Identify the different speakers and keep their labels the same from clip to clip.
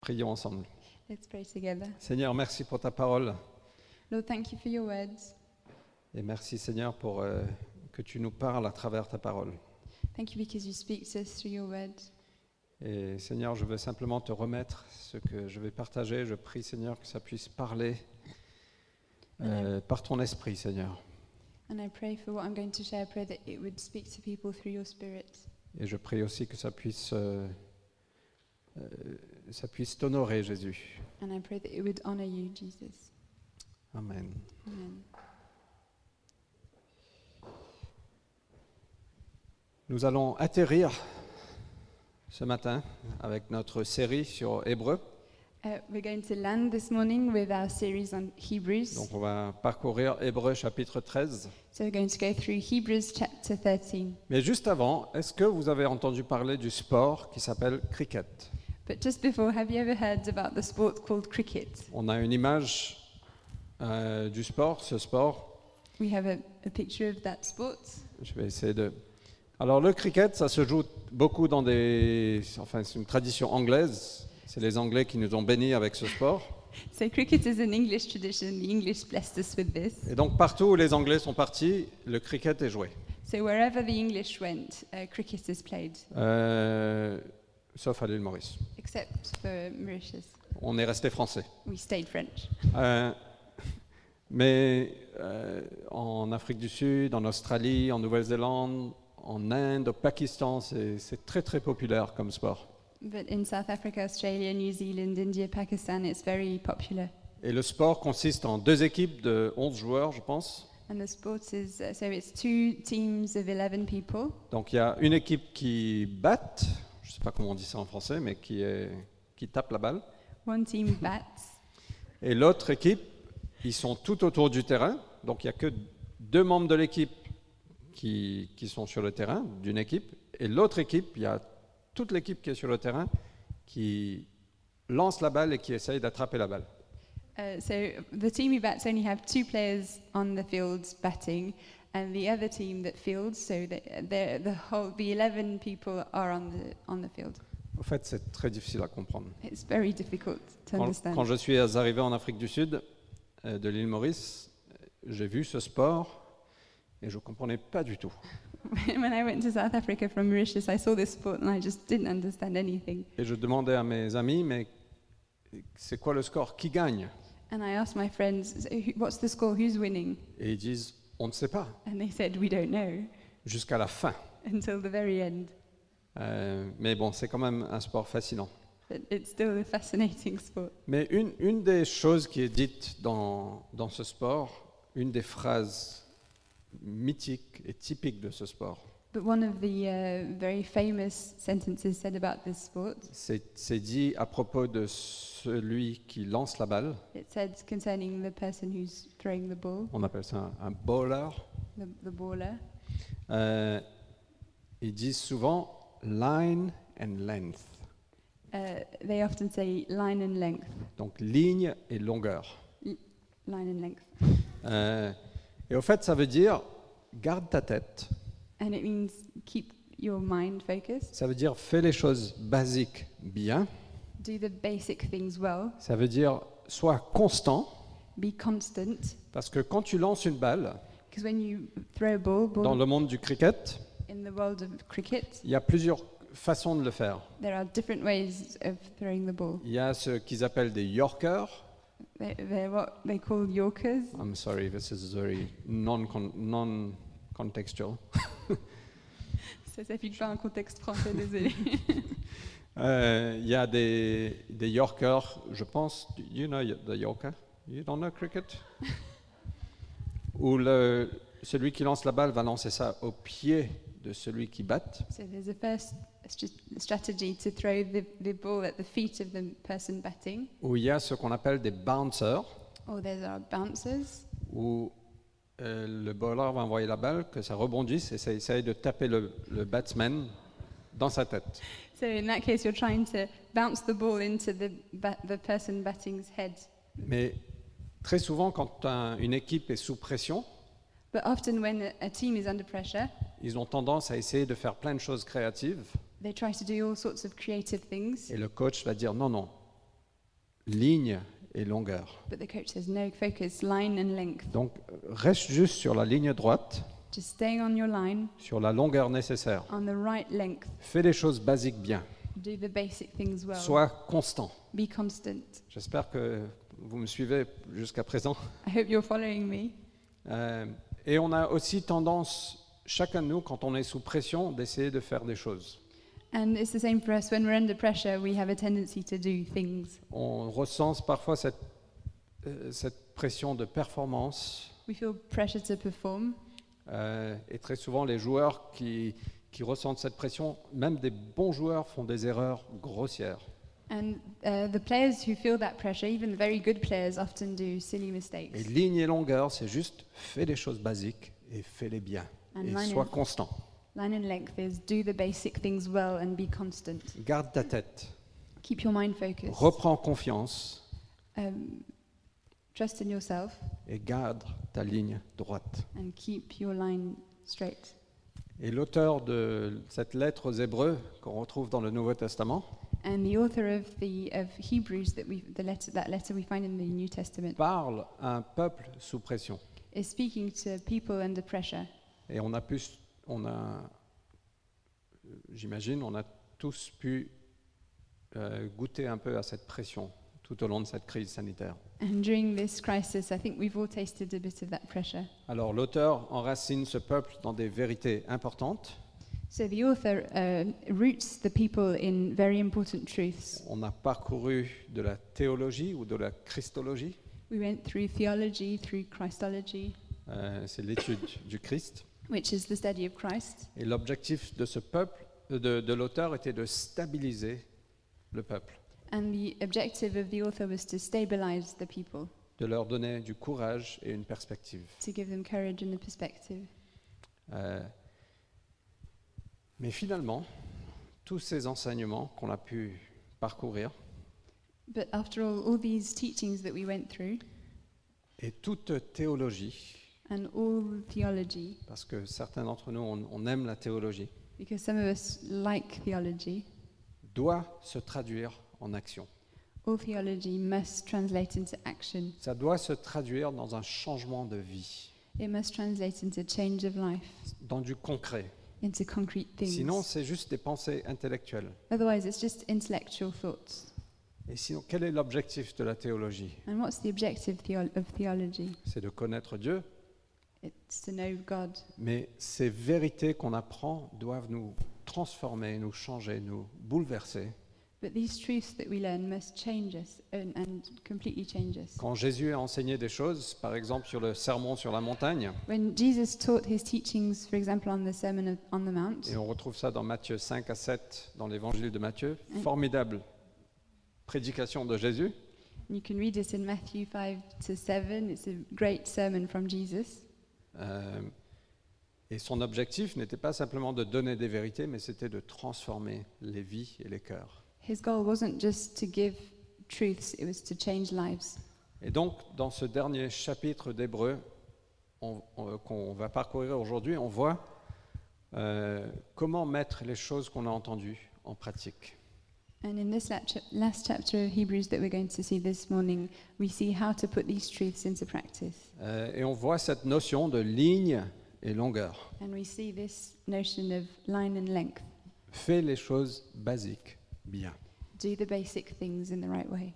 Speaker 1: Prions ensemble.
Speaker 2: Let's pray together.
Speaker 1: Seigneur, merci pour ta parole
Speaker 2: Lord, thank you for your words.
Speaker 1: et merci Seigneur pour euh, que tu nous parles à travers ta parole.
Speaker 2: Thank you because you speak to us through your word.
Speaker 1: Et Seigneur, je veux simplement te remettre ce que je vais partager. Je prie Seigneur que ça puisse parler euh, par ton esprit Seigneur.
Speaker 2: And I pray for what I'm going to share. I pray that it would speak to people through your spirit.
Speaker 1: Et je prie aussi que ça puisse, euh, euh, ça puisse t'honorer Jésus.
Speaker 2: And I pray that it would honor you, Jesus.
Speaker 1: Amen.
Speaker 2: Amen.
Speaker 1: Nous allons atterrir ce matin avec notre série sur Hébreu.
Speaker 2: Uh, we're going to land this morning with our series on Hebrews.
Speaker 1: Donc on va parcourir Hébreu chapitre 13.
Speaker 2: So we're going to go through Hebrews chapter 13.
Speaker 1: Mais juste avant, est-ce que vous avez entendu parler du sport qui s'appelle cricket
Speaker 2: But just before, have you ever heard about the sport called cricket?
Speaker 1: On a une image euh, du sport, ce sport.
Speaker 2: We have a, a picture of that sport.
Speaker 1: Je vais essayer de... Alors le cricket, ça se joue beaucoup dans des... Enfin, c'est une tradition anglaise. C'est les Anglais qui nous ont bénis avec ce sport.
Speaker 2: So cricket is an English tradition. The English blessed us with this.
Speaker 1: Et donc partout où les Anglais sont partis, le cricket est joué.
Speaker 2: So wherever the English went, uh, cricket is played,
Speaker 1: Euh, Sauf à l'île Maurice.
Speaker 2: except for Mauritius.
Speaker 1: On est resté français.
Speaker 2: We stayed French.
Speaker 1: Euh, mais euh, en Afrique du Sud, en Australie, en Nouvelle-Zélande, en Inde, au Pakistan, c'est c'est très très populaire comme sport.
Speaker 2: But in South Africa, Australia, New Zealand, India, Pakistan, it's very popular.
Speaker 1: Et le sport consiste en deux équipes de 11 joueurs, je pense.
Speaker 2: And the sport is uh, so it's two teams of 11 people.
Speaker 1: Donc il y a une équipe qui batte, je ne sais pas comment on dit ça en français, mais qui, est- qui tape la balle.
Speaker 2: One team bats,
Speaker 1: Et l'autre équipe, ils sont tout autour du terrain. Donc il n'y a que deux membres de l'équipe qui, qui sont sur le terrain, d'une équipe. Et l'autre équipe, il y a toute l'équipe qui est sur le terrain qui lance la balle et qui essaye d'attraper la balle.
Speaker 2: Uh, so the team who bats only have two players on the field batting, and the other team that fields, so the, the, the whole the 11 people are on the on the field.
Speaker 1: En fait, c'est très difficile à comprendre.
Speaker 2: It's very difficult to
Speaker 1: Quand,
Speaker 2: understand.
Speaker 1: quand je suis arrivé en Afrique du Sud, euh, de l'île Maurice, euh, j'ai vu ce sport et je ne comprenais pas du tout.
Speaker 2: when I went to South Africa from Mauritius, I saw this sport and I just didn't understand anything.
Speaker 1: Et je demandais à mes amis, mais c'est quoi le score Qui gagne
Speaker 2: And I asked my friends, "So who- "What's the score? Who's winning?"
Speaker 1: Et ils disent, on ne sait pas,
Speaker 2: And they said, "We don't know
Speaker 1: jusqu'à la fin.
Speaker 2: until the very end."
Speaker 1: Euh, mais bon, c'est quand même un sport fascinant.
Speaker 2: But it's still a fascinating sport.
Speaker 1: Mais une, une des choses qui est dite dans, dans ce sport, une des phrases mythiques et typiques de ce sport,
Speaker 2: But one of the uh, very famous sentences said about this sport,
Speaker 1: c'est c'est dit à propos de celui qui lance la balle,
Speaker 2: it said concerning the person who's throwing the ball,
Speaker 1: on appelle ça un, un bowler,
Speaker 2: the, the baller,
Speaker 1: euh, ils disent souvent line and length,
Speaker 2: uh, they often say line and length,
Speaker 1: donc ligne et longueur.
Speaker 2: line and length.
Speaker 1: Euh, et au fait, ça veut dire garde ta tête,
Speaker 2: And it means keep your mind focused,
Speaker 1: ça veut dire fais les choses basiques bien,
Speaker 2: do the basic things well,
Speaker 1: Ça veut dire sois constant,
Speaker 2: be constant,
Speaker 1: parce que quand tu lances une balle
Speaker 2: because when you throw a ball,
Speaker 1: dans
Speaker 2: ball
Speaker 1: le monde du cricket,
Speaker 2: in the world of cricket,
Speaker 1: il y a plusieurs façons de le faire.
Speaker 2: there are different ways of throwing the ball.
Speaker 1: Il y a ce qu'ils appellent des Yorkers.
Speaker 2: They're, they're what they call Yorkers.
Speaker 1: I'm sorry, this is very non-con- non-contextual.
Speaker 2: Ça s'applique pas à un contexte français, désolé.
Speaker 1: Euh, il y a des, des Yorkers, je pense. You know the Yorker? You don't know cricket? Où le, celui qui lance la balle va lancer ça au pied de celui qui batte.
Speaker 2: So there's a first str- strategy to throw the, the ball at the feet of the person batting,
Speaker 1: Où il y a ce qu'on appelle des bouncers.
Speaker 2: or there are bouncers,
Speaker 1: où euh, le bowler va envoyer la balle, que ça rebondisse et ça essaye de taper le, le batsman dans sa tête.
Speaker 2: So in that case, you're trying to bounce the ball into the, ba- the person batting's head.
Speaker 1: Mais très souvent, quand un- une équipe est sous pression,
Speaker 2: But often when a, a team is under pressure,
Speaker 1: ils ont tendance à essayer de faire plein de choses créatives
Speaker 2: they try to do all sorts of creative things.
Speaker 1: et le coach va dire non, non, ligne et longueur.
Speaker 2: But the coach says, no, focus line and length.
Speaker 1: Donc euh, reste juste sur la ligne droite,
Speaker 2: Just staying on your line,
Speaker 1: sur la longueur nécessaire.
Speaker 2: on the right length.
Speaker 1: Fais les choses basiques bien.
Speaker 2: Do the basic things well.
Speaker 1: Sois constant.
Speaker 2: Be constant.
Speaker 1: J'espère que vous me suivez jusqu'à présent.
Speaker 2: I hope you're following me.
Speaker 1: Euh, et on a aussi tendance, chacun de nous, quand on est sous pression, d'essayer de faire des choses.
Speaker 2: And it's the same for us. When we're under pressure, we have a tendency to do things.
Speaker 1: On ressent parfois cette, euh, cette pression de performance.
Speaker 2: We feel pressure to perform.
Speaker 1: euh, et très souvent, les joueurs qui, qui ressentent cette pression, même des bons joueurs, font des erreurs grossières.
Speaker 2: And uh, the players who feel that pressure, even the very good players, often do silly
Speaker 1: Et
Speaker 2: mistakes.
Speaker 1: ligne et longueur, c'est juste fais les choses basiques et fais-les bien.
Speaker 2: Un
Speaker 1: Et
Speaker 2: line
Speaker 1: sois
Speaker 2: and-
Speaker 1: constant.
Speaker 2: Line and length is do the basic things well and be constant.
Speaker 1: Garde ta tête.
Speaker 2: Keep your mind focused.
Speaker 1: Reprends confiance
Speaker 2: Um, trust in yourself
Speaker 1: et garde ta ligne droite.
Speaker 2: and keep your line straight.
Speaker 1: Et l'auteur de cette lettre aux Hébreux qu'on retrouve dans le Nouveau Testament
Speaker 2: And the author of the of Hebrews that we the letter that letter we find in the New Testament
Speaker 1: parle à un peuple sous pression.
Speaker 2: is speaking to people under pressure.
Speaker 1: Et on a pu, on a, j'imagine, on a tous pu euh, goûter un peu à cette pression tout au long de cette crise sanitaire.
Speaker 2: And during this crisis, I think we've all tasted a bit of that pressure.
Speaker 1: Alors l'auteur enracine ce peuple dans des vérités importantes.
Speaker 2: So the author uh, roots the people in very important truths.
Speaker 1: On a parcouru de la théologie ou de la christologie,
Speaker 2: We went through theology, through Christology,
Speaker 1: euh, c'est l'étude du Christ.
Speaker 2: which is the study of Christ.
Speaker 1: Et l'objectif de ce peuple, euh, de, de l'auteur, était de stabiliser le peuple,
Speaker 2: And the objective of the author was to stabilize the people,
Speaker 1: de leur donner du courage et une perspective.
Speaker 2: to give them courage and a perspective.
Speaker 1: Euh, mais finalement, tous ces enseignements qu'on a pu parcourir
Speaker 2: But after all, all these teachings that we went through,
Speaker 1: et toute théologie,
Speaker 2: and all theology,
Speaker 1: parce que certains d'entre nous, on, on aime la théologie,
Speaker 2: because some of us like theology,
Speaker 1: doit se traduire en action.
Speaker 2: all theology must translate into action.
Speaker 1: Ça doit se traduire dans un changement de vie,
Speaker 2: It must translate into change of life,
Speaker 1: dans du concret.
Speaker 2: into concrete things.
Speaker 1: Sinon, c'est juste des pensées intellectuelles.
Speaker 2: Otherwise, it's just intellectual thoughts.
Speaker 1: Et sinon, quel est l'objectif de la théologie
Speaker 2: And what's the objective theo- of theology?
Speaker 1: c'est de connaître Dieu,
Speaker 2: It's to know God.
Speaker 1: mais ces vérités qu'on apprend doivent nous transformer, nous changer, nous bouleverser.
Speaker 2: But these truths that we learn must change us and, and completely change us.
Speaker 1: Quand Jésus a enseigné des choses, par exemple sur le sermon sur la montagne,
Speaker 2: When Jesus taught his teachings, for example, on the Sermon of, on the Mount,
Speaker 1: et on retrouve ça dans Matthieu 5 à 7, dans l'évangile de Matthieu, formidable prédication de Jésus,
Speaker 2: you can read it in Matthew 5 to 7. It's a great sermon from Jesus.
Speaker 1: euh, et son objectif n'était pas simplement de donner des vérités, mais c'était de transformer les vies et les cœurs.
Speaker 2: His goal wasn't just to give truths, it was to change lives.
Speaker 1: Et donc, dans ce dernier chapitre d'Hébreu on- on- qu'on va parcourir aujourd'hui, on voit euh, comment mettre les choses qu'on a entendues en pratique.
Speaker 2: And in this lap- last chapter of Hebrews that we're going to see this morning, we see how to put these truths into practice.
Speaker 1: Euh, et on voit cette notion de ligne et longueur.
Speaker 2: And we see this notion of line and length.
Speaker 1: Fais les choses basiques bien.
Speaker 2: Do the basic things in the right way.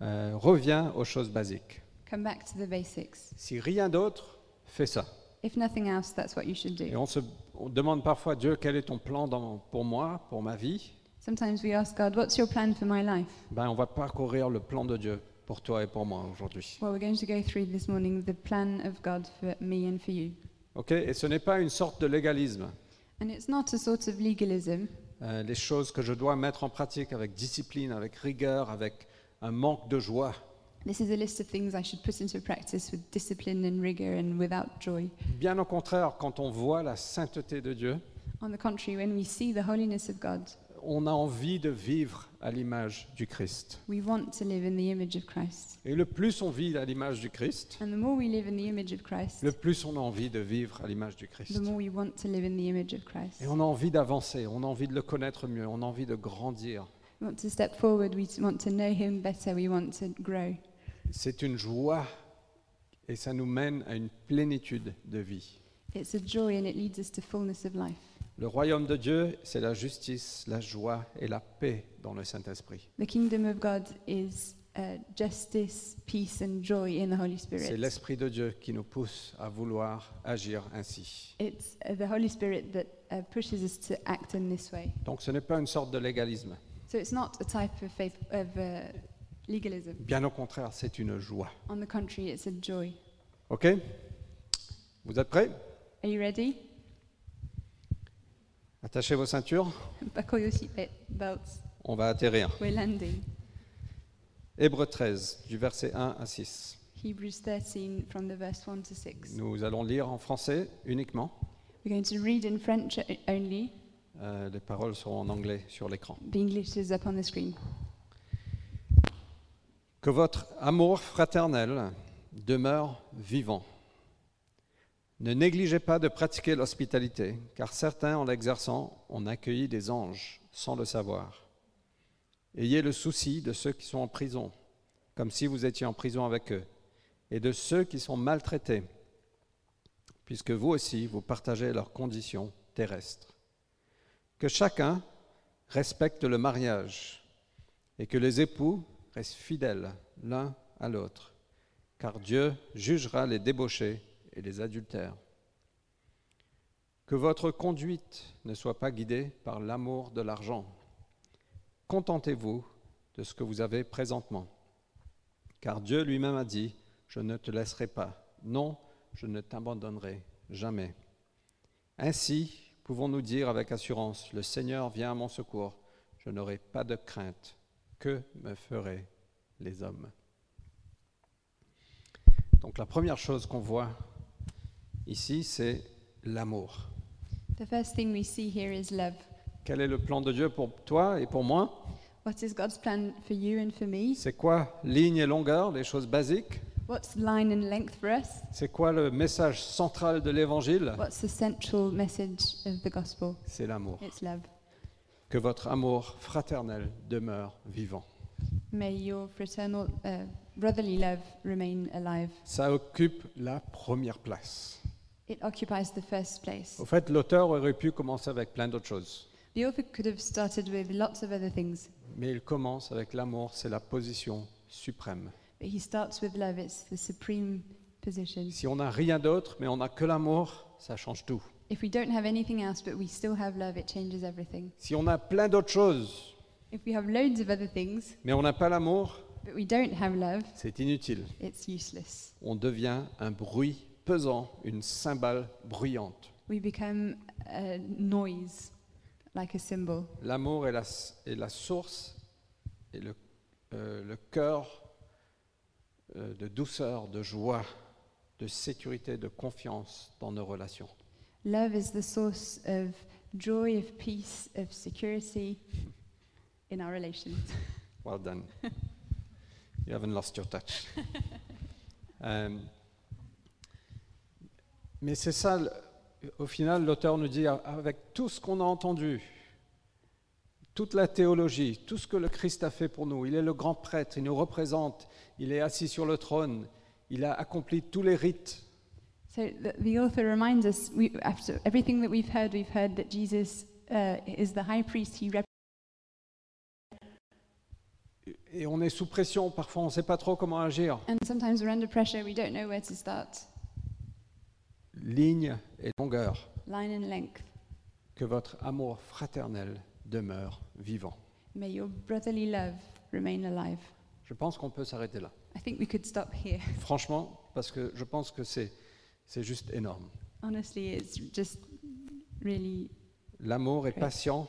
Speaker 1: Euh, reviens aux choses basiques.
Speaker 2: Come back to the basics.
Speaker 1: Si rien d'autre, fais ça.
Speaker 2: If nothing else, that's what you should
Speaker 1: Et
Speaker 2: do.
Speaker 1: on se on demande parfois, Dieu, quel est ton plan dans- pour moi, pour ma vie
Speaker 2: Sometimes we ask God, What's your plan for my life?
Speaker 1: Ben, on va parcourir le plan de Dieu pour toi et pour moi aujourd'hui.
Speaker 2: Well, we're going to go through this morning the plan of God for me and for you.
Speaker 1: Ok, et ce n'est pas une sorte de légalisme.
Speaker 2: And it's not a sort of legalism.
Speaker 1: Euh, les choses que je dois mettre en pratique avec discipline, avec rigueur, avec un manque de joie.
Speaker 2: This is a list of things I should put into practice with discipline and rigor and without joy.
Speaker 1: Bien au contraire, quand on voit la sainteté de Dieu,
Speaker 2: On the contrary, when we see the holiness of God,
Speaker 1: on a envie de vivre à l'image du Christ.
Speaker 2: we want to live in the image of Christ.
Speaker 1: Et le plus on vit à l'image du Christ,
Speaker 2: And the more we live in the image of Christ,
Speaker 1: le plus on a envie de vivre à l'image du Christ.
Speaker 2: the more we want to live in the image of Christ.
Speaker 1: Et on a envie d'avancer, on a envie de le connaître mieux, on a envie de grandir.
Speaker 2: We want to step forward. We want to know Him better. We want to grow.
Speaker 1: C'est une joie et ça nous mène à une plénitude de vie.
Speaker 2: It's a joy and it leads us to fullness of life.
Speaker 1: Le royaume de Dieu, c'est la justice, la joie et la paix dans le Saint-Esprit.
Speaker 2: The kingdom of God is uh, justice, peace, and joy in the Holy
Speaker 1: C'est
Speaker 2: Spirit.
Speaker 1: l'Esprit de Dieu qui nous pousse à vouloir agir ainsi.
Speaker 2: It's uh, the Holy Spirit that uh, pushes us to act in this way.
Speaker 1: Donc ce n'est pas une sorte de légalisme.
Speaker 2: So it's not a type of faith of uh, legalism.
Speaker 1: Bien au contraire, c'est une joie.
Speaker 2: On the contrary, it's a joy.
Speaker 1: OK Vous êtes prêts
Speaker 2: Are you ready?
Speaker 1: Attachez vos ceintures,
Speaker 2: Buckle your seatbelts. belts.
Speaker 1: on va atterrir.
Speaker 2: We're landing.
Speaker 1: Hébreux 13, du verset 1 à 6.
Speaker 2: Hebrews 13 from the verse 1 to 6.
Speaker 1: Nous allons lire en français uniquement.
Speaker 2: We're going to read in French o- only.
Speaker 1: Euh, les paroles seront en anglais sur l'écran.
Speaker 2: The English is up on the screen.
Speaker 1: Que votre amour fraternel demeure vivant. Ne négligez pas de pratiquer l'hospitalité, car certains, en l'exerçant, ont accueilli des anges sans le savoir. Ayez le souci de ceux qui sont en prison, comme si vous étiez en prison avec eux, et de ceux qui sont maltraités, puisque vous aussi, vous partagez leurs conditions terrestres. Que chacun respecte le mariage et que les époux restent fidèles l'un à l'autre, car Dieu jugera les débauchés et les adultères. Que votre conduite ne soit pas guidée par l'amour de l'argent. Contentez-vous de ce que vous avez présentement, car Dieu lui-même a dit, je ne te laisserai pas, non, je ne t'abandonnerai jamais. Ainsi, pouvons-nous dire avec assurance, le Seigneur vient à mon secours, je n'aurai pas de crainte. Que me feraient les hommes Donc la première chose qu'on voit ici, c'est l'amour.
Speaker 2: The first thing we see here is love.
Speaker 1: Quel est le plan de Dieu pour toi et pour moi
Speaker 2: What is God's plan for you and for me?
Speaker 1: C'est quoi ligne et longueur, les choses basiques
Speaker 2: What's line and length for us?
Speaker 1: C'est quoi le message central de l'Évangile
Speaker 2: What's the central message of the gospel?
Speaker 1: C'est l'amour.
Speaker 2: It's love.
Speaker 1: Que votre amour fraternel demeure vivant.
Speaker 2: May your fraternal, uh, brotherly love remain alive.
Speaker 1: Ça occupe la première place.
Speaker 2: It occupies the first place.
Speaker 1: Au fait, l'auteur aurait pu commencer avec plein d'autres choses.
Speaker 2: The author could have started with lots of other things,
Speaker 1: Mais il commence avec l'amour, c'est la position suprême.
Speaker 2: but he starts with love. It's the supreme position.
Speaker 1: Si on n'a rien d'autre, mais on n'a que l'amour, ça change tout.
Speaker 2: If we don't have anything else, but we still have love, it changes everything.
Speaker 1: Si on a plein d'autres choses,
Speaker 2: If we have loads of other things,
Speaker 1: mais on n'a pas l'amour,
Speaker 2: but we don't have love,
Speaker 1: c'est inutile.
Speaker 2: it's useless.
Speaker 1: On devient un bruit pesant, une cymbale bruyante.
Speaker 2: We become a noise, like a symbol.
Speaker 1: L'amour est la, est la source et le, euh, le cœur euh, de douceur, de joie, de sécurité, de confiance dans nos relations.
Speaker 2: Love is the source of joy, of peace, of security in our relations.
Speaker 1: Well done. you haven't lost your touch. Um, mais c'est ça, le- au final, l'auteur nous dit, a- avec tout ce qu'on a entendu, toute la théologie, tout ce que le Christ a fait pour nous, il est le grand prêtre, il nous représente, il est assis sur le trône, il a accompli tous les rites.
Speaker 2: So the, the author reminds us, we, after everything that we've heard, we've heard that Jesus uh, is the high priest. He rep-
Speaker 1: Et on est sous pression, parfois on ne sait pas trop comment agir.
Speaker 2: and sometimes we're under pressure. We don't know where to start.
Speaker 1: Ligne et longueur,
Speaker 2: Line and length.
Speaker 1: que votre amour fraternel demeure vivant.
Speaker 2: May your brotherly love remain alive.
Speaker 1: Je pense qu'on peut s'arrêter là.
Speaker 2: I think we could stop here.
Speaker 1: Franchement, parce que je pense que c'est c'est juste énorme.
Speaker 2: Honestly, it's just really
Speaker 1: L'amour est
Speaker 2: Ok.
Speaker 1: patient,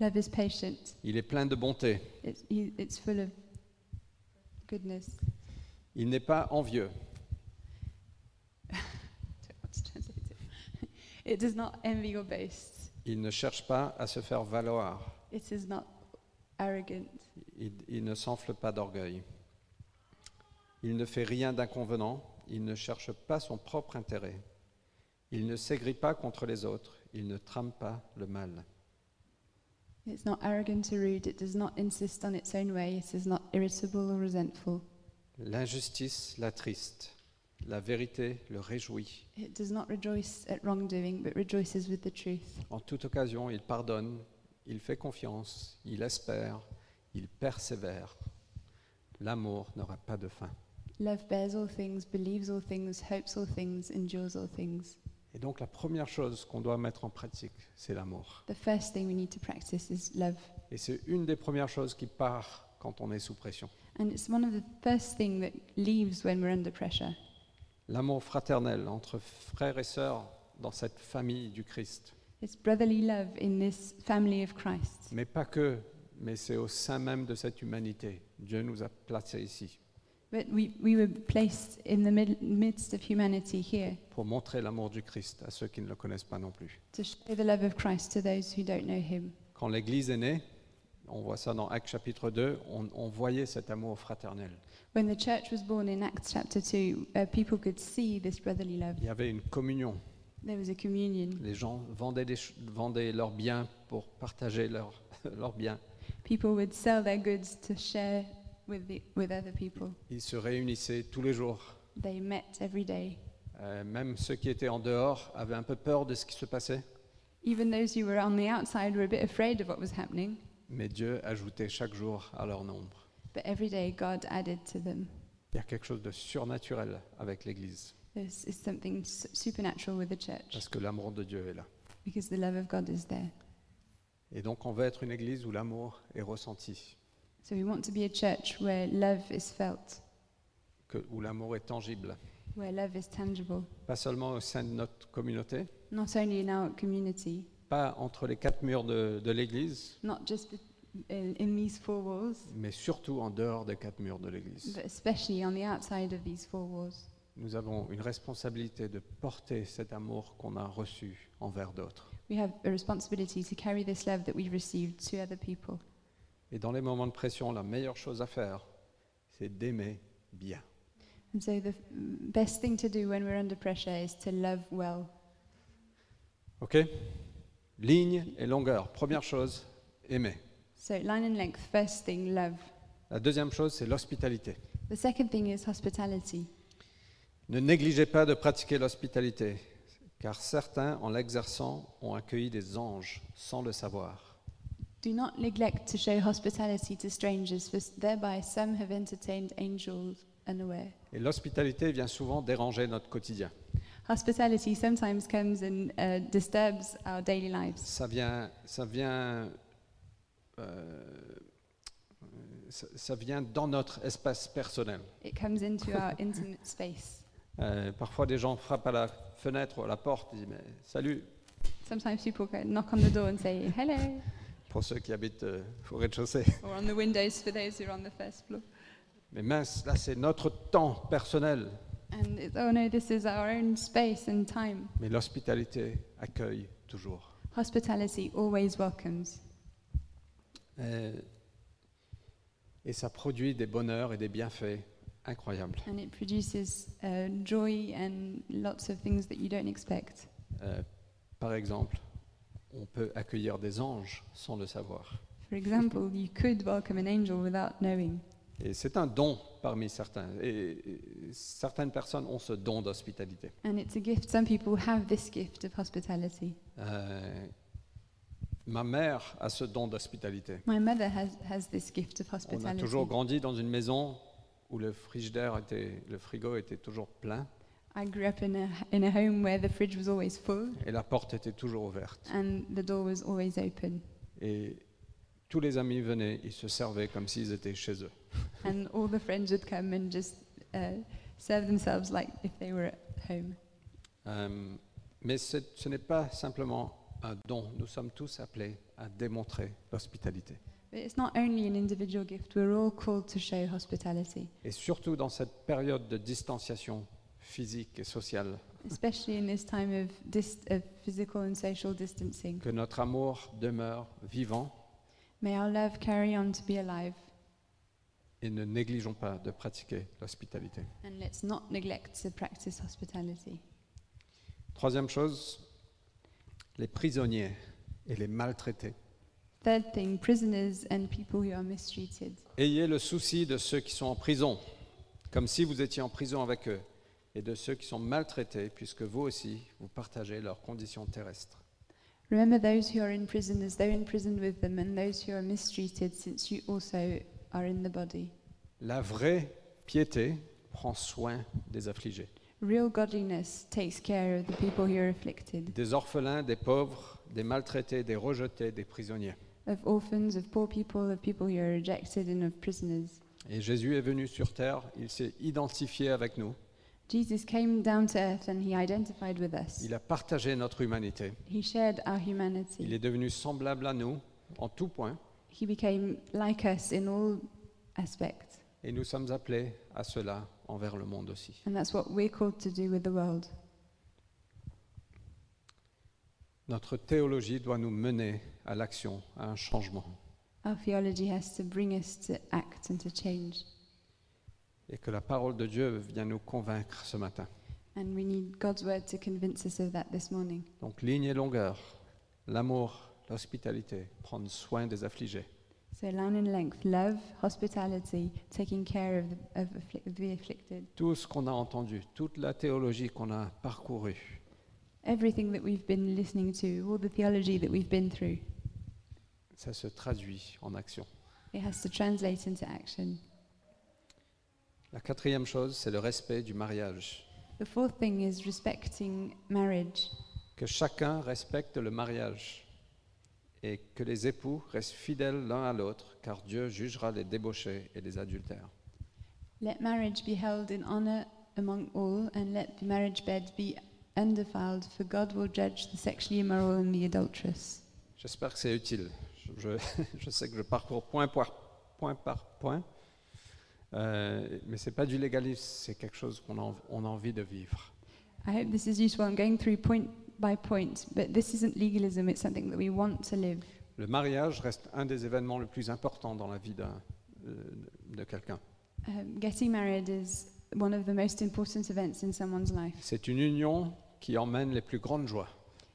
Speaker 2: love is patient.
Speaker 1: il est plein de bonté,
Speaker 2: It's he- it's full of goodness.
Speaker 1: il n'est pas envieux,
Speaker 2: Don't know how to translate it. It does not envy or boast.
Speaker 1: il ne cherche pas à se faire valoir,
Speaker 2: It is not arrogant.
Speaker 1: il, il ne s'enfle pas d'orgueil, il ne fait rien d'inconvenant, il ne cherche pas son propre intérêt, il ne s'aigrit pas contre les autres, il ne trame pas le mal.
Speaker 2: It's not arrogant or rude. It does not insist on its own way. It is not irritable or resentful.
Speaker 1: L'injustice l'attriste, la vérité le réjouit.
Speaker 2: It does not rejoice at wrongdoing, but rejoices with the truth.
Speaker 1: En toute occasion, il pardonne, il fait confiance, il espère, il persévère. L'amour n'aura pas de fin.
Speaker 2: Love bears all things, believes all things, hopes all things, endures all things.
Speaker 1: Et donc la première chose qu'on doit mettre en pratique, c'est l'amour.
Speaker 2: The first thing we need to practice is love.
Speaker 1: Et c'est une des premières choses qui part quand on est sous pression.
Speaker 2: And it's one of the first thing that leaves when we're under pressure.
Speaker 1: L'amour fraternel entre frères et sœurs dans cette famille du Christ.
Speaker 2: It's brotherly love in this family of Christ.
Speaker 1: Mais pas que, mais c'est au sein même de cette humanité. Dieu nous a placés ici
Speaker 2: But we, we were placed in the mid, midst of humanity here
Speaker 1: pour montrer l'amour du Christ à ceux qui ne le connaissent pas non plus.
Speaker 2: to show the love of Christ to those who don't know him.
Speaker 1: Quand l'Église est née, on voit ça dans Actes chapitre 2, on, on voyait cet amour fraternel.
Speaker 2: When the church was born in Acts chapter 2, uh, people could see this brotherly love.
Speaker 1: Il y avait une communion.
Speaker 2: There was a communion.
Speaker 1: Les gens vendaient, des ch- vendaient leurs biens pour partager leurs leurs biens.
Speaker 2: People would sell their goods to share with, the, with other people.
Speaker 1: Ils se réunissaient tous les jours.
Speaker 2: They met every day.
Speaker 1: Euh, même ceux qui étaient en dehors avaient un peu peur de ce qui se passait.
Speaker 2: Even those who were on the outside were a bit afraid of what was happening,
Speaker 1: Mais Dieu ajoutait chaque jour à leur nombre.
Speaker 2: but every day God added to them.
Speaker 1: Il y a quelque chose de surnaturel avec l'Église,
Speaker 2: This is something s- supernatural with the church
Speaker 1: parce que l'amour de Dieu est là.
Speaker 2: because the love of God is there.
Speaker 1: Et donc on veut être une Église où l'amour est ressenti,
Speaker 2: So we want to be a church where love is felt,
Speaker 1: que- où l'amour est tangible,
Speaker 2: where love is tangible,
Speaker 1: pas seulement au sein de notre communauté,
Speaker 2: not only in our community,
Speaker 1: pas entre les quatre murs de, de l'Église,
Speaker 2: not just be- in, in these four walls,
Speaker 1: mais surtout en dehors des quatre murs de l'Église.
Speaker 2: but especially on the outside of these four walls.
Speaker 1: Nous avons une responsabilité de porter cet amour qu'on a reçu envers d'autres.
Speaker 2: We have a responsibility to carry this love that we received to other people.
Speaker 1: Et dans les moments de pression, la meilleure chose à faire, c'est d'aimer bien.
Speaker 2: And so the f- best thing to do when we're under pressure is to love well.
Speaker 1: OK Ligne et longueur. Première chose, aimer.
Speaker 2: So line and length, first thing, love.
Speaker 1: La deuxième chose, c'est l'hospitalité.
Speaker 2: The second thing is hospitality.
Speaker 1: Ne négligez pas de pratiquer l'hospitalité, car certains, en l'exerçant, ont accueilli des anges sans le savoir.
Speaker 2: Do not neglect to show hospitality to strangers, for s- thereby some have entertained angels unaware.
Speaker 1: Et l'hospitalité vient souvent déranger notre quotidien.
Speaker 2: Hospitality sometimes comes and uh, disturbs our daily lives.
Speaker 1: Ça vient, ça vient, euh, ça, ça vient dans notre espace personnel.
Speaker 2: It comes into our intimate space.
Speaker 1: Euh, parfois, des gens frappent à la fenêtre ou à la porte, ils disent mais, salut
Speaker 2: Sometimes people go knock on the door and say hello,
Speaker 1: pour ceux qui habitent euh, au rez-de-chaussée.
Speaker 2: or on the windows for those who are on the first floor.
Speaker 1: Mais mince, là, c'est notre temps personnel.
Speaker 2: And it's, oh no, this is our own space and time.
Speaker 1: Mais l'hospitalité accueille toujours.
Speaker 2: Hospitality always welcomes,
Speaker 1: Euh, et ça produit des bonheurs et des bienfaits incroyables.
Speaker 2: and it produces uh, joy and lots of things that you don't expect.
Speaker 1: Euh, par exemple, on peut accueillir des anges sans le savoir.
Speaker 2: For example, you could welcome an angel without knowing.
Speaker 1: Et c'est un don parmi certains. Et, et certaines personnes ont ce don d'hospitalité.
Speaker 2: And it's a gift. Some people have this gift of hospitality.
Speaker 1: Euh, ma mère a ce don d'hospitalité.
Speaker 2: My mother has, has this gift of
Speaker 1: On a
Speaker 2: hospitality.
Speaker 1: toujours grandi dans une maison où le frigidaire était, le frigo était toujours plein
Speaker 2: I grew up in a, in a home where the fridge was always full
Speaker 1: et la porte était toujours ouverte.
Speaker 2: and the door was always open.
Speaker 1: Et tous les amis venaient, ils se servaient comme s'ils étaient chez eux.
Speaker 2: And all the friends would come and just uh, serve themselves like if they were at home.
Speaker 1: Euh, mais ce ce n'est pas simplement un don. Nous sommes tous appelés à démontrer l'hospitalité.
Speaker 2: But it's not only an individual gift, we're all called to show hospitality,
Speaker 1: Et surtout dans cette période de distanciation physique et sociale,
Speaker 2: especially in this time of, dis- of physical and social distancing.
Speaker 1: que notre amour demeure vivant
Speaker 2: May our love carry on to be alive,
Speaker 1: et ne négligeons pas de pratiquer l'hospitalité.
Speaker 2: and let's not neglect to practice hospitality.
Speaker 1: Troisième chose, les prisonniers et les maltraités.
Speaker 2: Third thing, prisoners and people who are mistreated.
Speaker 1: Ayez le souci de ceux qui sont en prison, comme si vous étiez en prison avec eux, et de ceux qui sont maltraités, puisque vous aussi, vous partagez leurs conditions terrestres.
Speaker 2: Remember those who are in prison as though in prison with them, and those who are mistreated, since you also are in the body.
Speaker 1: La vraie piété prend soin des affligés,
Speaker 2: Real godliness takes care of the people who are afflicted,
Speaker 1: des orphelins, des pauvres, des maltraités, des rejetés, des prisonniers.
Speaker 2: of orphans, of poor people, of people who are rejected, and of prisoners.
Speaker 1: Et Jésus est venu sur terre, il s'est identifié avec nous,
Speaker 2: Jesus came down to earth and he identified with us.
Speaker 1: il a partagé notre humanité,
Speaker 2: He shared our
Speaker 1: il est
Speaker 2: humanity.
Speaker 1: devenu semblable à nous en tout point,
Speaker 2: He became like us in all aspects.
Speaker 1: et nous sommes appelés à cela envers le monde aussi.
Speaker 2: And that's what we're called to do with the world.
Speaker 1: Notre théologie doit nous mener à l'action, à un changement.
Speaker 2: Our theology has to bring us to act and to change.
Speaker 1: Et que la parole de Dieu vienne nous convaincre ce matin.
Speaker 2: And we need God's word to convince us of that this morning.
Speaker 1: Donc ligne et longueur, l'amour, l'hospitalité, prendre soin des affligés.
Speaker 2: So, line and length love, hospitality, taking care of the, of afflic- the afflicted.
Speaker 1: Tout ce qu'on a entendu, toute la théologie qu'on a parcourue,
Speaker 2: Everything that we've been listening to, all the theology that we've been through,
Speaker 1: ça se traduit en action.
Speaker 2: it has to translate into action.
Speaker 1: La quatrième chose, c'est le respect du mariage.
Speaker 2: The fourth thing is respecting marriage.
Speaker 1: Que chacun respecte le mariage et que les époux restent fidèles l'un à l'autre, car Dieu jugera les débauchés et les adultères.
Speaker 2: Let marriage be held in honor among all, and let the marriage bed be undefiled, for God will judge the sexually immoral and the adulterous.
Speaker 1: J'espère que c'est utile. Je, je- je sais que je parcours point par point, par point Euh, mais ce n'est pas du légalisme, c'est quelque chose qu'on a, en- on a envie de vivre.
Speaker 2: I hope this is useful. I'm going through point by point, but this isn't legalism, it's something that we want to live.
Speaker 1: Le mariage reste un des événements les plus importants dans la vie d'un- euh, de quelqu'un.
Speaker 2: Um, getting married is one of the most important events in someone's life.
Speaker 1: C'est une union qui emmène les plus grandes joies.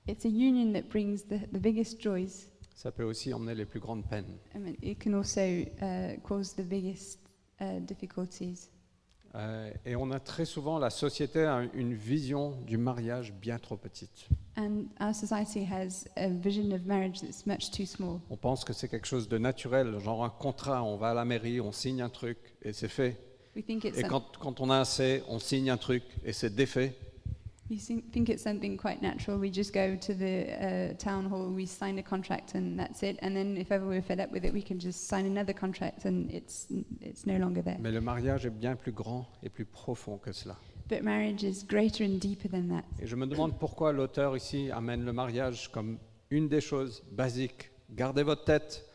Speaker 2: It's a union that brings the, the biggest joys, um,
Speaker 1: Ça peut aussi emmener les plus grandes peines.
Speaker 2: and it- it can also uh, cause the biggest uh, difficulties.
Speaker 1: Euh, et on a très souvent, la société a une vision du mariage bien trop petite.
Speaker 2: And our society has a vision of marriage that's much too small.
Speaker 1: On pense que c'est quelque chose de naturel, genre un contrat, on va à la mairie, on signe un truc et c'est fait.
Speaker 2: We think it's
Speaker 1: Et
Speaker 2: some-
Speaker 1: quand, quand on a assez, on signe un truc et c'est défait.
Speaker 2: we think think it's something quite natural. We just go to the uh, town hall, we sign a contract, and that's it. And then if ever we're fed up with it, we can just sign another contract, and it's it's no longer there.
Speaker 1: Mais le mariage est bien plus grand et plus profond que cela.
Speaker 2: But marriage is greater and deeper than that.
Speaker 1: Et je me demande pourquoi l'auteur ici amène le mariage comme une des choses basiques. Gardez votre tête,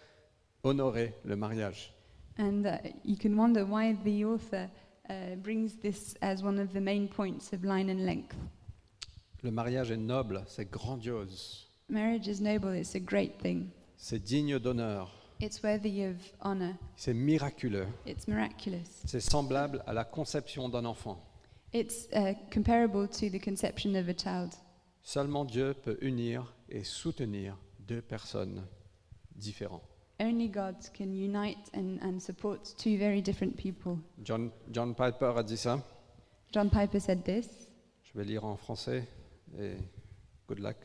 Speaker 1: honorez le mariage.
Speaker 2: And uh, you can wonder why the author uh, brings this as one of the main points of line and length.
Speaker 1: Le mariage est noble, c'est grandiose,
Speaker 2: Marriage is noble. It's a great thing.
Speaker 1: c'est digne d'honneur,
Speaker 2: It's worthy of honor.
Speaker 1: c'est miraculeux,
Speaker 2: It's miraculous.
Speaker 1: c'est semblable à la conception d'un enfant.
Speaker 2: It's uh, comparable to the conception of a child.
Speaker 1: Seulement Dieu peut unir et soutenir deux personnes différentes.
Speaker 2: Only God can unite and, and support two very different people.
Speaker 1: John, John Piper a dit ça.
Speaker 2: John Piper said this.
Speaker 1: Je vais lire en français et good luck.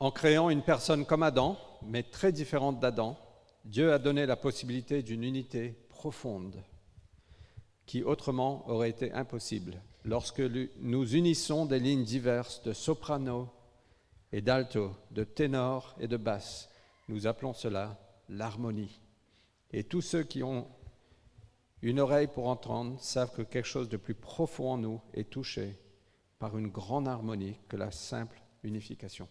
Speaker 1: en créant une personne comme Adam, mais très différente d'Adam, Dieu a donné la possibilité d'une unité profonde qui autrement aurait été impossible lorsque lu- nous unissons des lignes diverses de soprano et d'alto, de ténor et de basse. Nous appelons cela l'harmonie. Et tous ceux qui ont une oreille pour entendre savent que quelque chose de plus profond en nous est touché par une grande harmonie que la simple unification.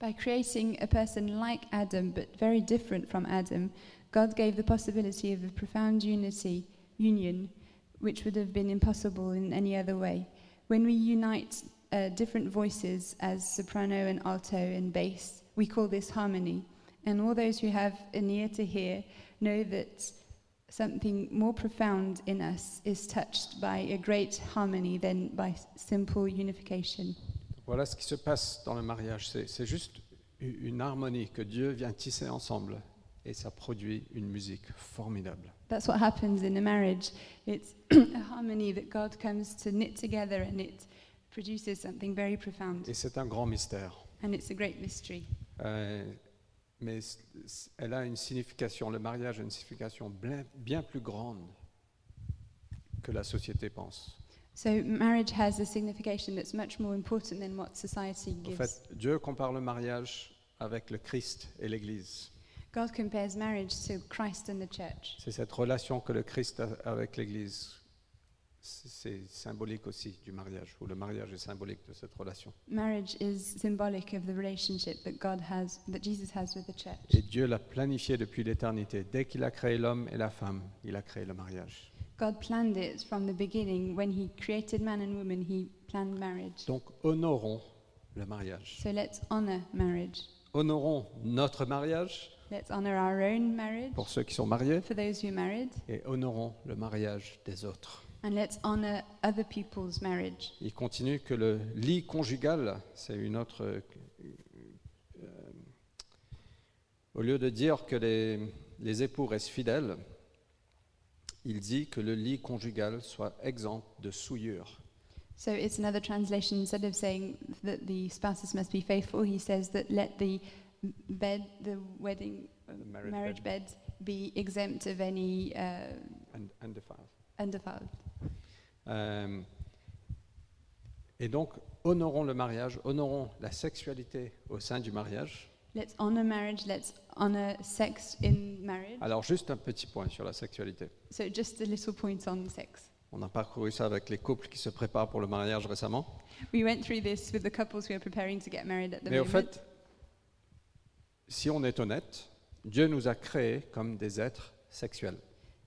Speaker 2: By creating a person like Adam, but very different from Adam, God gave the possibility of a profound unity, union, which would have been impossible in any other way. When we unite uh, different voices as soprano and alto and bass, we call this harmony. And all those who have an ear to hear know that something more profound in us is touched by a great harmony than by s- simple unification.
Speaker 1: Voilà ce qui se passe dans le mariage. C'est c'est juste u- une harmonie que Dieu vient tisser ensemble et ça produit une musique formidable.
Speaker 2: That's what happens in a marriage. It's a harmony that God comes to knit together and it produces something very profound.
Speaker 1: Et c'est un grand mystère.
Speaker 2: And it's a great mystery.
Speaker 1: Euh, mais c- c- elle a une signification, le mariage a une signification blin- bien plus grande que la société pense.
Speaker 2: So, marriage has a signification that's much more important than what society
Speaker 1: En
Speaker 2: gives.
Speaker 1: fait, Dieu compare le mariage avec le Christ et l'Église.
Speaker 2: God compares marriage to Christ and the church.
Speaker 1: C'est cette relation que le Christ a avec l'Église. C- C'est symbolique aussi du mariage, ou le mariage est symbolique de cette relation.
Speaker 2: Marriage is symbolic of the relationship that God has, that Jesus has with the
Speaker 1: Et
Speaker 2: church.
Speaker 1: Dieu l'a planifié depuis l'éternité. Dès qu'il a créé l'homme et la femme, il a créé le mariage.
Speaker 2: God planned it from the beginning. When He created man and woman, He planned marriage.
Speaker 1: Donc honorons le mariage.
Speaker 2: So let's honor marriage.
Speaker 1: Honorons notre mariage
Speaker 2: Let's honor our own marriage
Speaker 1: pour ceux qui sont mariés
Speaker 2: for those who are married,
Speaker 1: et honorons le mariage des autres.
Speaker 2: and let's honor other people's marriage.
Speaker 1: Il continue que le lit conjugal, c'est une autre. euh, euh, au lieu de dire que les, les époux restent fidèles, il dit que le lit conjugal soit exempt de souillure.
Speaker 2: So it's another translation. Instead of saying that the spouses must be faithful, he says that let the bed, the wedding, uh,
Speaker 1: The marriage
Speaker 2: marriage, beds be exempt of any uh,
Speaker 1: and- undefiled.
Speaker 2: undefiled.
Speaker 1: Euh, et donc, honorons le mariage, honorons la sexualité au sein du mariage.
Speaker 2: Let's honor marriage. Let's honor sex in marriage.
Speaker 1: Alors, juste un petit point sur la sexualité.
Speaker 2: So just a little point on sex.
Speaker 1: On a parcouru ça avec les couples qui se préparent pour le mariage récemment.
Speaker 2: We went through this with the couples who are preparing to get married at the
Speaker 1: Mais au
Speaker 2: moment.
Speaker 1: fait, si on est honnête, Dieu nous a créés comme des êtres sexuels.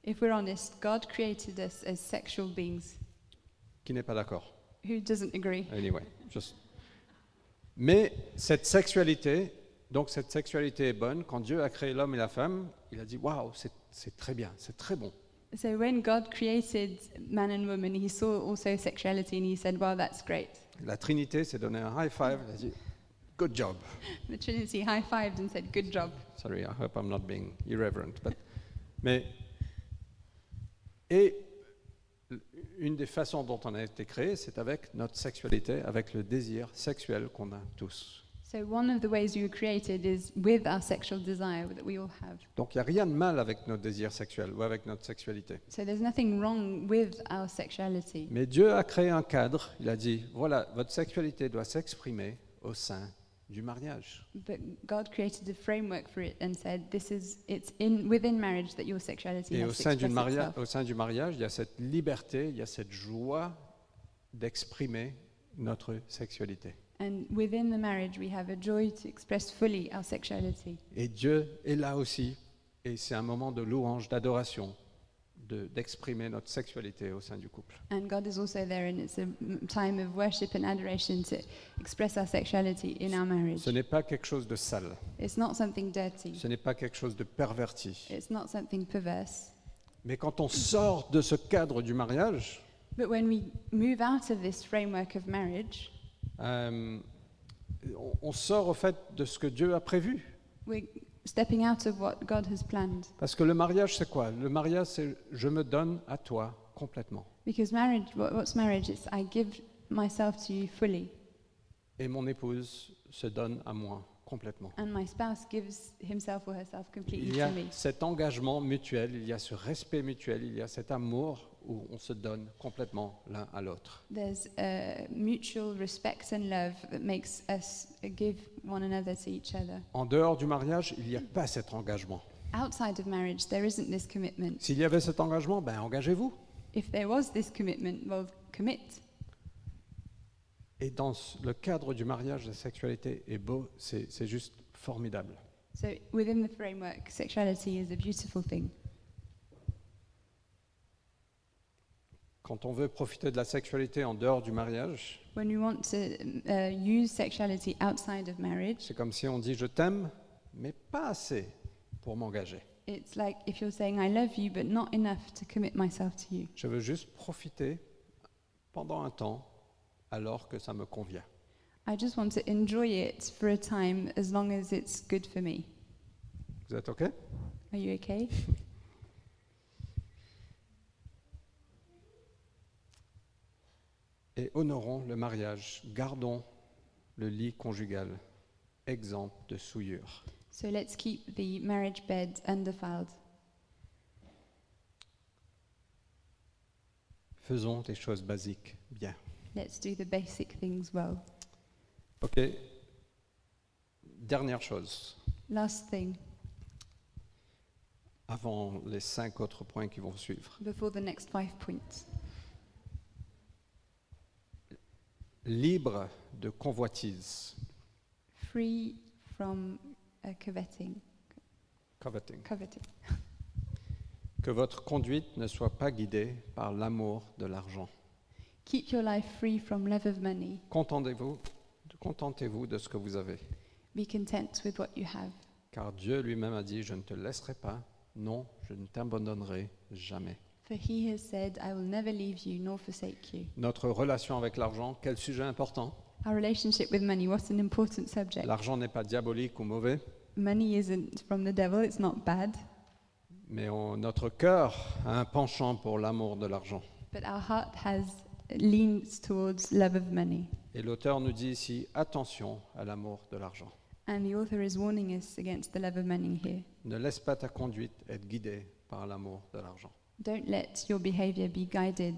Speaker 2: if we're honest, God created us as sexual beings.
Speaker 1: Qui n'est pas d'accord
Speaker 2: Who doesn't agree?
Speaker 1: Anyway, just- Mais cette sexualité, donc cette sexualité est bonne. Quand Dieu a créé l'homme et la femme, il a dit waouh, c'est- c'est très bien, c'est très bon.
Speaker 2: So when God created man and woman, he saw also sexuality and he said, wow, that's great.
Speaker 1: La Trinité s'est donné un high five. Elle a dit good job.
Speaker 2: The Trinity high-fived and said, good job.
Speaker 1: Sorry, I hope I'm not being irreverent. But, mais, et une des façons dont on a été créé, c'est avec notre sexualité, avec le désir sexuel qu'on a tous.
Speaker 2: So one of the ways we were created is with our sexual desire that we all have.
Speaker 1: Donc il n'y a rien de mal avec notre désir sexuel ou avec notre sexualité.
Speaker 2: So there's nothing wrong with our sexuality.
Speaker 1: Mais Dieu a créé un cadre, il a dit, voilà, votre sexualité doit s'exprimer au sein du mariage.
Speaker 2: But God created a framework for it and said, this is, it's in, within marriage that your sexuality
Speaker 1: Et au
Speaker 2: has to
Speaker 1: sein, du
Speaker 2: express
Speaker 1: maria-
Speaker 2: itself.
Speaker 1: au sein du mariage, il y a cette liberté, il y a cette joie d'exprimer notre sexualité.
Speaker 2: And within the marriage, we have a joy to express fully our sexuality.
Speaker 1: Et Dieu est là aussi. Et c'est un moment de louange, d'adoration, de- d'exprimer notre sexualité au sein du couple.
Speaker 2: And God is also there, and it's a m- time of worship and adoration to express our sexuality in our marriage.
Speaker 1: Ce n'est pas quelque chose de sale,
Speaker 2: It's not something dirty,
Speaker 1: ce n'est pas quelque chose de perverti.
Speaker 2: it's not something perverse.
Speaker 1: Mais quand on sort de ce cadre du mariage,
Speaker 2: But when we move out of this framework of marriage,
Speaker 1: euh, on, on sort au fait de ce que Dieu a prévu.
Speaker 2: we're stepping out of what God has planned.
Speaker 1: Parce que le mariage, c'est quoi Le mariage, c'est je me donne à toi complètement.
Speaker 2: Because marriage, what, what's marriage? It's I give myself to you fully,
Speaker 1: Et mon épouse se donne à moi complètement.
Speaker 2: and my spouse gives himself or herself completely
Speaker 1: Il y a
Speaker 2: to me.
Speaker 1: cet engagement mutuel, il y a ce respect mutuel, il y a cet amour où on se donne complètement l'un à l'autre.
Speaker 2: There's a mutual respect and love that makes us give one another to each other.
Speaker 1: En dehors du mariage, il n'y a pas cet engagement.
Speaker 2: Outside of marriage, there isn't this commitment.
Speaker 1: S'il y avait cet engagement, ben engagez-vous.
Speaker 2: If there was this commitment, well, commit.
Speaker 1: Et dans ce- le cadre du mariage, la sexualité est beau, c'est c'est juste formidable.
Speaker 2: So within the framework, sexuality is a beautiful thing.
Speaker 1: Quand on veut profiter de la sexualité en dehors du mariage,
Speaker 2: When we want to uh, use sexuality outside of marriage,
Speaker 1: c'est comme si on dit je t'aime, mais pas assez pour m'engager.
Speaker 2: it's like if you're saying, I love you, but not enough to commit myself to you.
Speaker 1: Je veux juste profiter pendant un temps alors que ça me convient.
Speaker 2: I just want to enjoy it for a time as long as it's good for me.
Speaker 1: Vous êtes OK
Speaker 2: Are you okay?
Speaker 1: Et honorons le mariage, gardons le lit conjugal, exemple de souillure.
Speaker 2: So let's keep the marriage bed undefiled.
Speaker 1: Faisons les choses basiques bien.
Speaker 2: Let's do the basic things well.
Speaker 1: OK Dernière chose,
Speaker 2: Last thing
Speaker 1: avant les cinq autres points qui vont suivre.
Speaker 2: before the next five points
Speaker 1: Libre de convoitise,
Speaker 2: free from uh, coveting.
Speaker 1: coveting.
Speaker 2: coveting.
Speaker 1: Que votre conduite ne soit pas guidée par l'amour de l'argent.
Speaker 2: Keep your life free from love of money.
Speaker 1: Contentez-vous contentez-vous de ce que vous avez.
Speaker 2: Be content with what you have.
Speaker 1: Car Dieu lui-même a dit, je ne te laisserai pas, non, je ne t'abandonnerai jamais.
Speaker 2: For he has said, I will never leave you nor forsake you.
Speaker 1: Notre relation avec l'argent, quel sujet important.
Speaker 2: Our relationship with money, what an important subject.
Speaker 1: L'argent n'est pas diabolique ou mauvais,
Speaker 2: Money isn't from the devil, it's not bad,
Speaker 1: mais on- notre cœur a un penchant pour l'amour de l'argent.
Speaker 2: but our heart has leans towards love of money.
Speaker 1: Et l'auteur nous dit ici, attention à l'amour de l'argent.
Speaker 2: And the author is warning us against the love of money here.
Speaker 1: Ne laisse pas ta conduite être guidée par l'amour de l'argent.
Speaker 2: Don't let your behavior be guided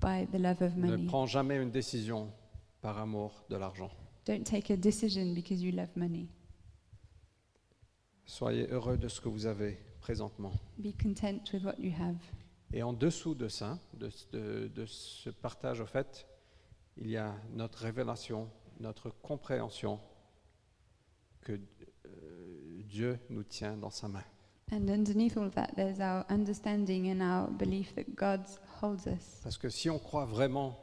Speaker 2: by the love of
Speaker 1: Ne
Speaker 2: money.
Speaker 1: prends jamais une décision par amour de l'argent.
Speaker 2: Don't take a decision because you love money.
Speaker 1: Soyez heureux de ce que vous avez présentement.
Speaker 2: Be content with what you have.
Speaker 1: Et en dessous de ça, de, de- de ce partage au fait, il y a notre révélation, notre compréhension que euh, Dieu nous tient dans sa main.
Speaker 2: And underneath all of that, there's our understanding and our belief that God holds us.
Speaker 1: Parce que si on croit vraiment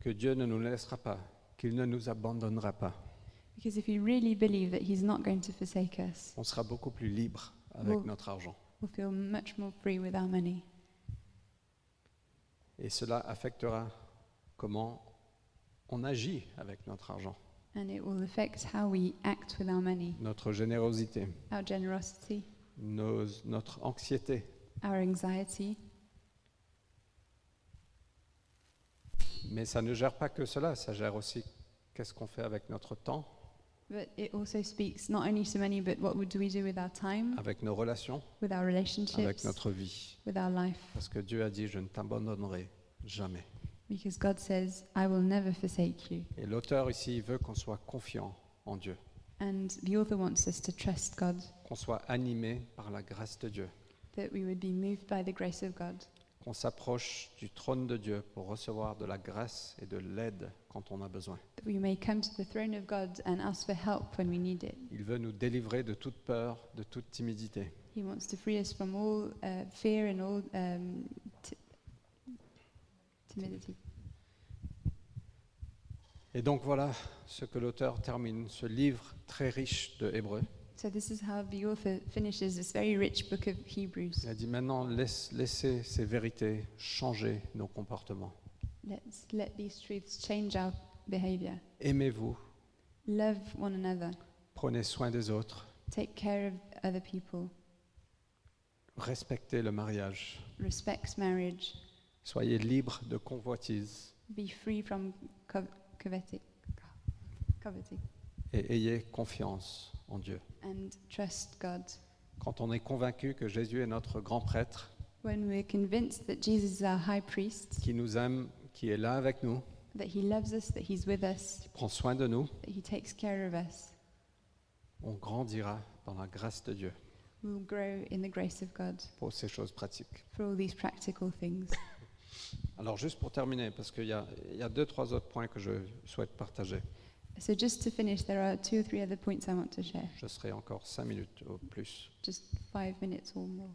Speaker 1: que Dieu ne nous laissera pas, qu'il ne nous abandonnera pas,
Speaker 2: Because if you really believe that He's not going to forsake us,
Speaker 1: on sera beaucoup plus libre avec
Speaker 2: Bon.
Speaker 1: notre argent.
Speaker 2: we'll feel much more free with our money.
Speaker 1: Et cela affectera comment on agit avec notre argent,
Speaker 2: And it will affect how we act with our money,
Speaker 1: notre générosité,
Speaker 2: our generosity,
Speaker 1: nos- notre anxiété,
Speaker 2: our anxiety.
Speaker 1: Mais ça ne gère pas que cela, ça gère aussi qu'est-ce qu'on fait avec notre temps,
Speaker 2: But it also speaks not only to money, but what would- do we do with our time,
Speaker 1: avec nos relations,
Speaker 2: with our
Speaker 1: avec
Speaker 2: relationships,
Speaker 1: notre vie.
Speaker 2: with our life.
Speaker 1: Parce que Dieu a dit, je ne t'abandonnerai jamais.
Speaker 2: Because God says, I will never forsake you.
Speaker 1: Et l'auteur ici veut qu'on soit confiant en Dieu,
Speaker 2: And the author wants us to trust God,
Speaker 1: qu'on soit animé par la grâce de Dieu,
Speaker 2: that we would be moved by the grace of God,
Speaker 1: qu'on s'approche du trône de Dieu pour recevoir de la grâce et de l'aide quand on a besoin.
Speaker 2: that we may come to the throne of God and ask for help when we need it.
Speaker 1: Il veut nous délivrer de toute peur, de toute timidité.
Speaker 2: He wants to free us from all uh, fear and all um, t- timidity.
Speaker 1: Et donc voilà ce que l'auteur termine, ce livre très riche de Hébreux.
Speaker 2: So this is how the author finishes this very rich book of Hebrews.
Speaker 1: Il a dit maintenant, laisse- laissez ces vérités changer nos comportements.
Speaker 2: Let's let these truths change our behavior.
Speaker 1: Aimez-vous,
Speaker 2: Love one another.
Speaker 1: prenez soin des autres,
Speaker 2: Take care of other people.
Speaker 1: respectez le mariage,
Speaker 2: Respect marriage.
Speaker 1: soyez libres de convoitise
Speaker 2: Be free from co- coveting. coveting.
Speaker 1: et ayez confiance en Dieu.
Speaker 2: And trust God.
Speaker 1: Quand on est convaincu que Jésus est notre grand prêtre,
Speaker 2: When we're convinced that Jesus is our high priest,
Speaker 1: qui nous aime, qui est là avec nous,
Speaker 2: that he loves us, that he's with us,
Speaker 1: qui prend soin de nous,
Speaker 2: that he takes care of us,
Speaker 1: on grandira dans la grâce de Dieu
Speaker 2: we'll grow in the grace of God
Speaker 1: pour ces choses pratiques.
Speaker 2: for all these practical things.
Speaker 1: Alors juste pour terminer, parce qu'il y, a- il y a deux, trois autres points que je souhaite partager.
Speaker 2: So, just to finish, there are two or three other points I want to share.
Speaker 1: Je serai encore cinq minutes au plus.
Speaker 2: Just five minutes or more.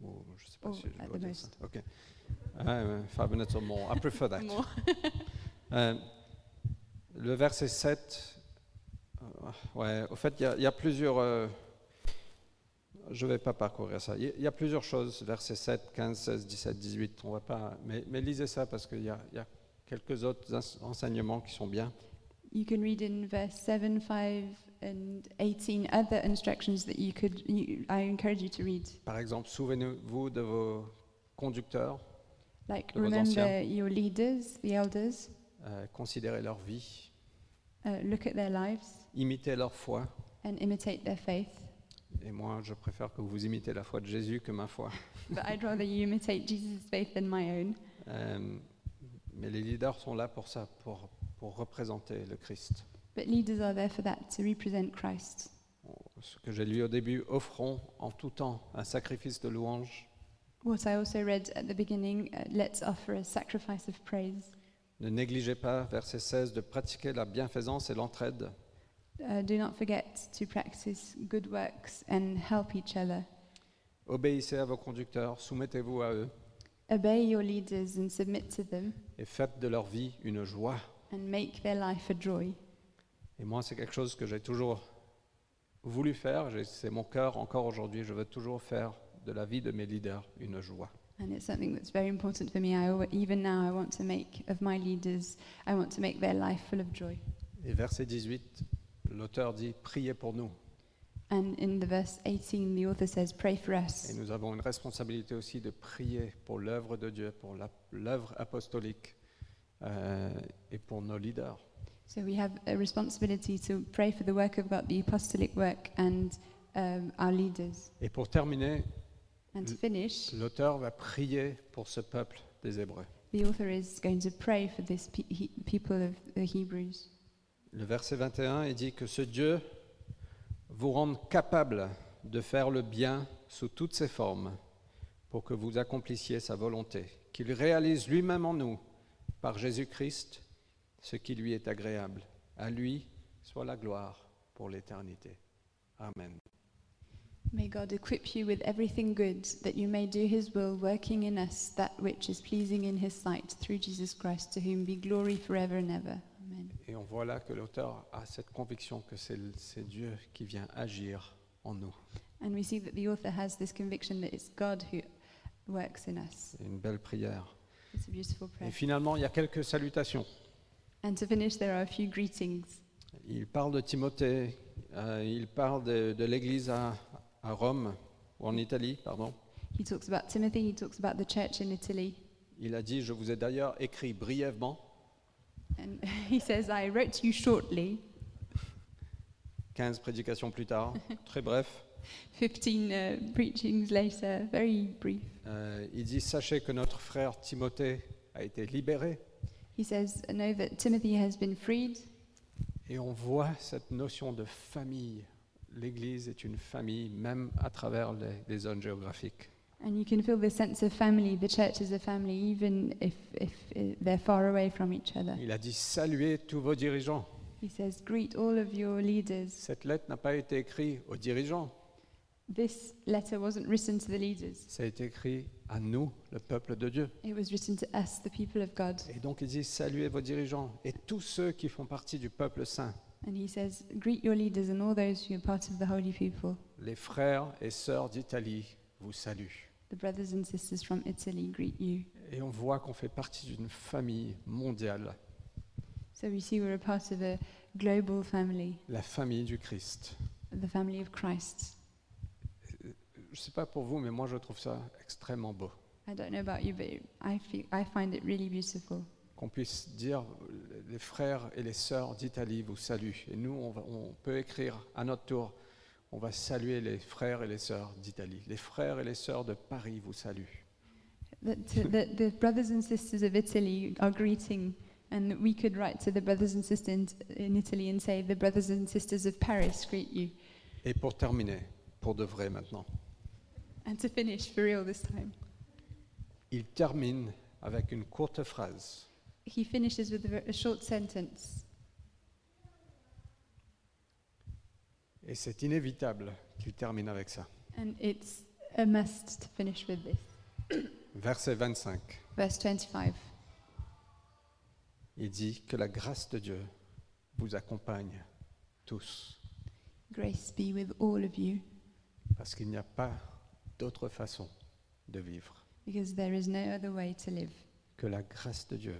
Speaker 1: Ou je sais pas
Speaker 2: Ou
Speaker 1: si je
Speaker 2: at
Speaker 1: dois
Speaker 2: the
Speaker 1: dire
Speaker 2: most.
Speaker 1: ça. OK. Euh, five minutes or more. I prefer that.
Speaker 2: More.
Speaker 1: Euh, le verset 7. euh, ouais, au fait, il y a- il y, a plusieurs. euh, je ne vais pas parcourir ça. Il y- il y, a plusieurs choses. Verset 7, 15, 16, 17, 18. On va pas. Mais, mais lisez ça parce qu'il y a, il y a quelques autres ense- enseignements qui sont bien.
Speaker 2: You can read in verse 7, 5, and 18 other instructions that you could, you, I encourage you to read.
Speaker 1: Par exemple, souvenez-vous de vos conducteurs,
Speaker 2: Like,
Speaker 1: De vos
Speaker 2: remember
Speaker 1: anciens.
Speaker 2: your leaders, the elders,
Speaker 1: euh, considérez leur vie,
Speaker 2: uh, look at their lives
Speaker 1: imitez leur foi.
Speaker 2: and imitate their faith.
Speaker 1: Et moi, je préfère que vous imitez la foi de Jésus que ma foi.
Speaker 2: but I'd rather you imitate Jesus' faith than my own.
Speaker 1: Euh, mais les leaders sont là pour ça, pour, pour représenter le Christ.
Speaker 2: But leaders are there for that, to represent Christ.
Speaker 1: Ce que j'ai lu au début, offrons en tout temps un sacrifice de louange.
Speaker 2: What I also read at the beginning uh, let's offer a sacrifice of praise.
Speaker 1: Ne négligez pas, verset 16, de pratiquer la bienfaisance et l'entraide.
Speaker 2: Uh, do not forget to practice good works and help each other.
Speaker 1: Obéissez à vos conducteurs, soumettez-vous à eux
Speaker 2: Obey your leaders and submit to them,
Speaker 1: et faites de leur vie une joie.
Speaker 2: and make their life a joy.
Speaker 1: Et moi, c'est quelque chose que j'ai toujours voulu faire. J'ai- C'est mon cœur encore aujourd'hui. Je veux toujours faire de la vie de mes leaders une joie.
Speaker 2: And it's something that's very important for me. I, alwa- even now, I want to make of my leaders, I want to make their life full of joy.
Speaker 1: Et verset 18, l'auteur dit Priez pour nous.
Speaker 2: And in the verse 18, the author says, Pray for us.
Speaker 1: Et nous avons une responsabilité aussi de prier pour l'œuvre de Dieu, pour la- l'œuvre apostolique euh, et pour nos leaders.
Speaker 2: So we have a responsibility to pray for the work of God, the apostolic work, and um, our leaders.
Speaker 1: Et pour terminer,
Speaker 2: And to
Speaker 1: Mm.
Speaker 2: finish,
Speaker 1: l'auteur va prier pour ce peuple des Hébreux.
Speaker 2: the author is going to pray for this pe- he- people of the Hebrews.
Speaker 1: Le verset 21, il dit que ce Dieu vous rende capable de faire le bien sous toutes ses formes pour que vous accomplissiez sa volonté, qu'il réalise lui-même en nous, par Jésus-Christ, ce qui lui est agréable. À lui soit la gloire pour l'éternité. Amen.
Speaker 2: May God equip you with everything good, that you may do his will, working in us that which is pleasing in his sight, through Jesus Christ, to whom be glory forever and ever. Amen.
Speaker 1: Et on voit là que l'auteur a cette conviction que c'est c'est Dieu qui vient agir en nous.
Speaker 2: And we see that the author has this conviction that it's God who works in us.
Speaker 1: C'est une belle prière.
Speaker 2: It's a beautiful
Speaker 1: Et
Speaker 2: prayer.
Speaker 1: finalement, il y a quelques salutations.
Speaker 2: And to finish, there are a few greetings.
Speaker 1: Il parle de Timothée, euh, il parle de, de l'église à, à Rome, ou en Italie, pardon.
Speaker 2: He talks about Timothy, he talks about the church in Italy,
Speaker 1: Il a dit, je vous ai d'ailleurs écrit brièvement,
Speaker 2: and he says, I wrote to you shortly,
Speaker 1: 15 prédications plus tard, très bref.
Speaker 2: 15 uh, preachings later, very brief.
Speaker 1: Euh, il dit, sachez que notre frère Timothée a été libéré.
Speaker 2: He says, Know that Timothy has been freed,
Speaker 1: Et on voit cette notion de famille. L'église est une famille, même à travers les, les zones géographiques.
Speaker 2: and you can feel the sense of family. The church is a family, even if, if uh, they're far away from each other.
Speaker 1: Il a dit, saluez tous vos dirigeants.
Speaker 2: He says, Greet all of your leaders.
Speaker 1: Cette lettre n'a pas été écrite aux dirigeants,
Speaker 2: This letter wasn't written to the leaders,
Speaker 1: ça a été écrit à nous, le peuple de Dieu.
Speaker 2: it was written to us, the people of God.
Speaker 1: Et donc il dit, saluez vos dirigeants et tous ceux qui font partie du peuple saint,
Speaker 2: And he says, Greet your leaders and all those who are part of the holy people.
Speaker 1: les frères et sœurs d'Italie vous saluent.
Speaker 2: The brothers and sisters from Italy greet you.
Speaker 1: Et on voit qu'on fait partie d'une famille mondiale,
Speaker 2: So we see we're a part of a global family,
Speaker 1: la famille du Christ.
Speaker 2: the family of Christ.
Speaker 1: Je ne sais pas pour vous, mais moi je trouve ça extrêmement beau.
Speaker 2: I don't know about you, but I, feel, I find it really beautiful
Speaker 1: Qu'on puisse dire, euh, les frères et les sœurs d'Italie vous saluent. Et nous, on, va- on peut écrire à notre tour, on va saluer les frères et les sœurs d'Italie. Les frères et les sœurs de Paris vous saluent.
Speaker 2: that, to, that the brothers and sisters of Italy are greeting, and that we could write to the brothers and sisters in, in Italy and say, The brothers and sisters of Paris greet you.
Speaker 1: Et pour terminer, pour de vrai maintenant.
Speaker 2: And to finish, for real this time,
Speaker 1: Il termine avec une courte phrase.
Speaker 2: he finishes with a, ver- a short sentence.
Speaker 1: Et c'est inévitable qu'il termine avec ça.
Speaker 2: And it's a must to finish with this.
Speaker 1: Verset 25.
Speaker 2: Verse 25
Speaker 1: Il dit que la grâce de Dieu vous accompagne tous.
Speaker 2: Grace be with all of you,
Speaker 1: Parce qu'il n'y a pas d'autre façon de vivre.
Speaker 2: because there is no other way to live.
Speaker 1: Que la grâce de Dieu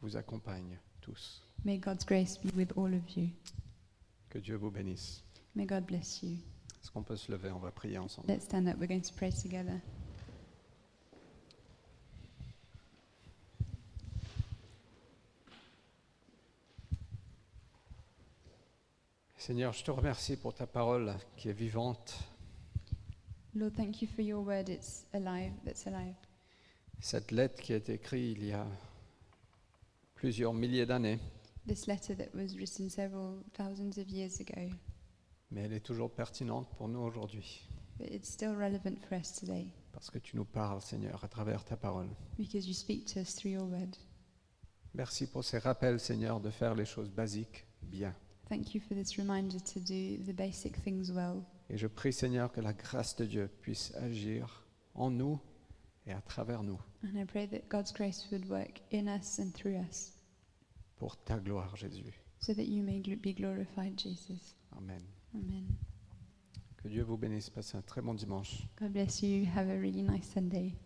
Speaker 1: vous accompagne tous.
Speaker 2: May God's grace be with all of you.
Speaker 1: Que Dieu vous bénisse.
Speaker 2: May God bless you.
Speaker 1: Est-ce qu'on peut se lever On va prier ensemble.
Speaker 2: Let's stand up. We're going to pray together.
Speaker 1: Seigneur, je te remercie pour ta parole qui est vivante.
Speaker 2: Lord, thank you for your word. It's alive. That's alive.
Speaker 1: Cette lettre qui a été écrite il y a plusieurs milliers d'années,
Speaker 2: This letter that was written several thousands of years ago,
Speaker 1: mais elle est toujours pertinente pour nous aujourd'hui.
Speaker 2: but it's still relevant for us today
Speaker 1: Parce que tu nous parles, Seigneur, à travers ta parole.
Speaker 2: because you speak to us through your word.
Speaker 1: Merci pour ces rappels, Seigneur, de faire les choses basiques bien.
Speaker 2: Thank you for this reminder to do the basic things well.
Speaker 1: Et je prie, Seigneur, que la grâce de Dieu puisse agir en nous et à travers nous
Speaker 2: And I pray that God's grace would work in us and through us
Speaker 1: pour ta gloire, Jésus.
Speaker 2: so that you may gl- be glorified, Jesus.
Speaker 1: Amen.
Speaker 2: Amen.
Speaker 1: Que Dieu vous bénisse. Passez un très bon dimanche.
Speaker 2: God bless you. Have a really nice Sunday.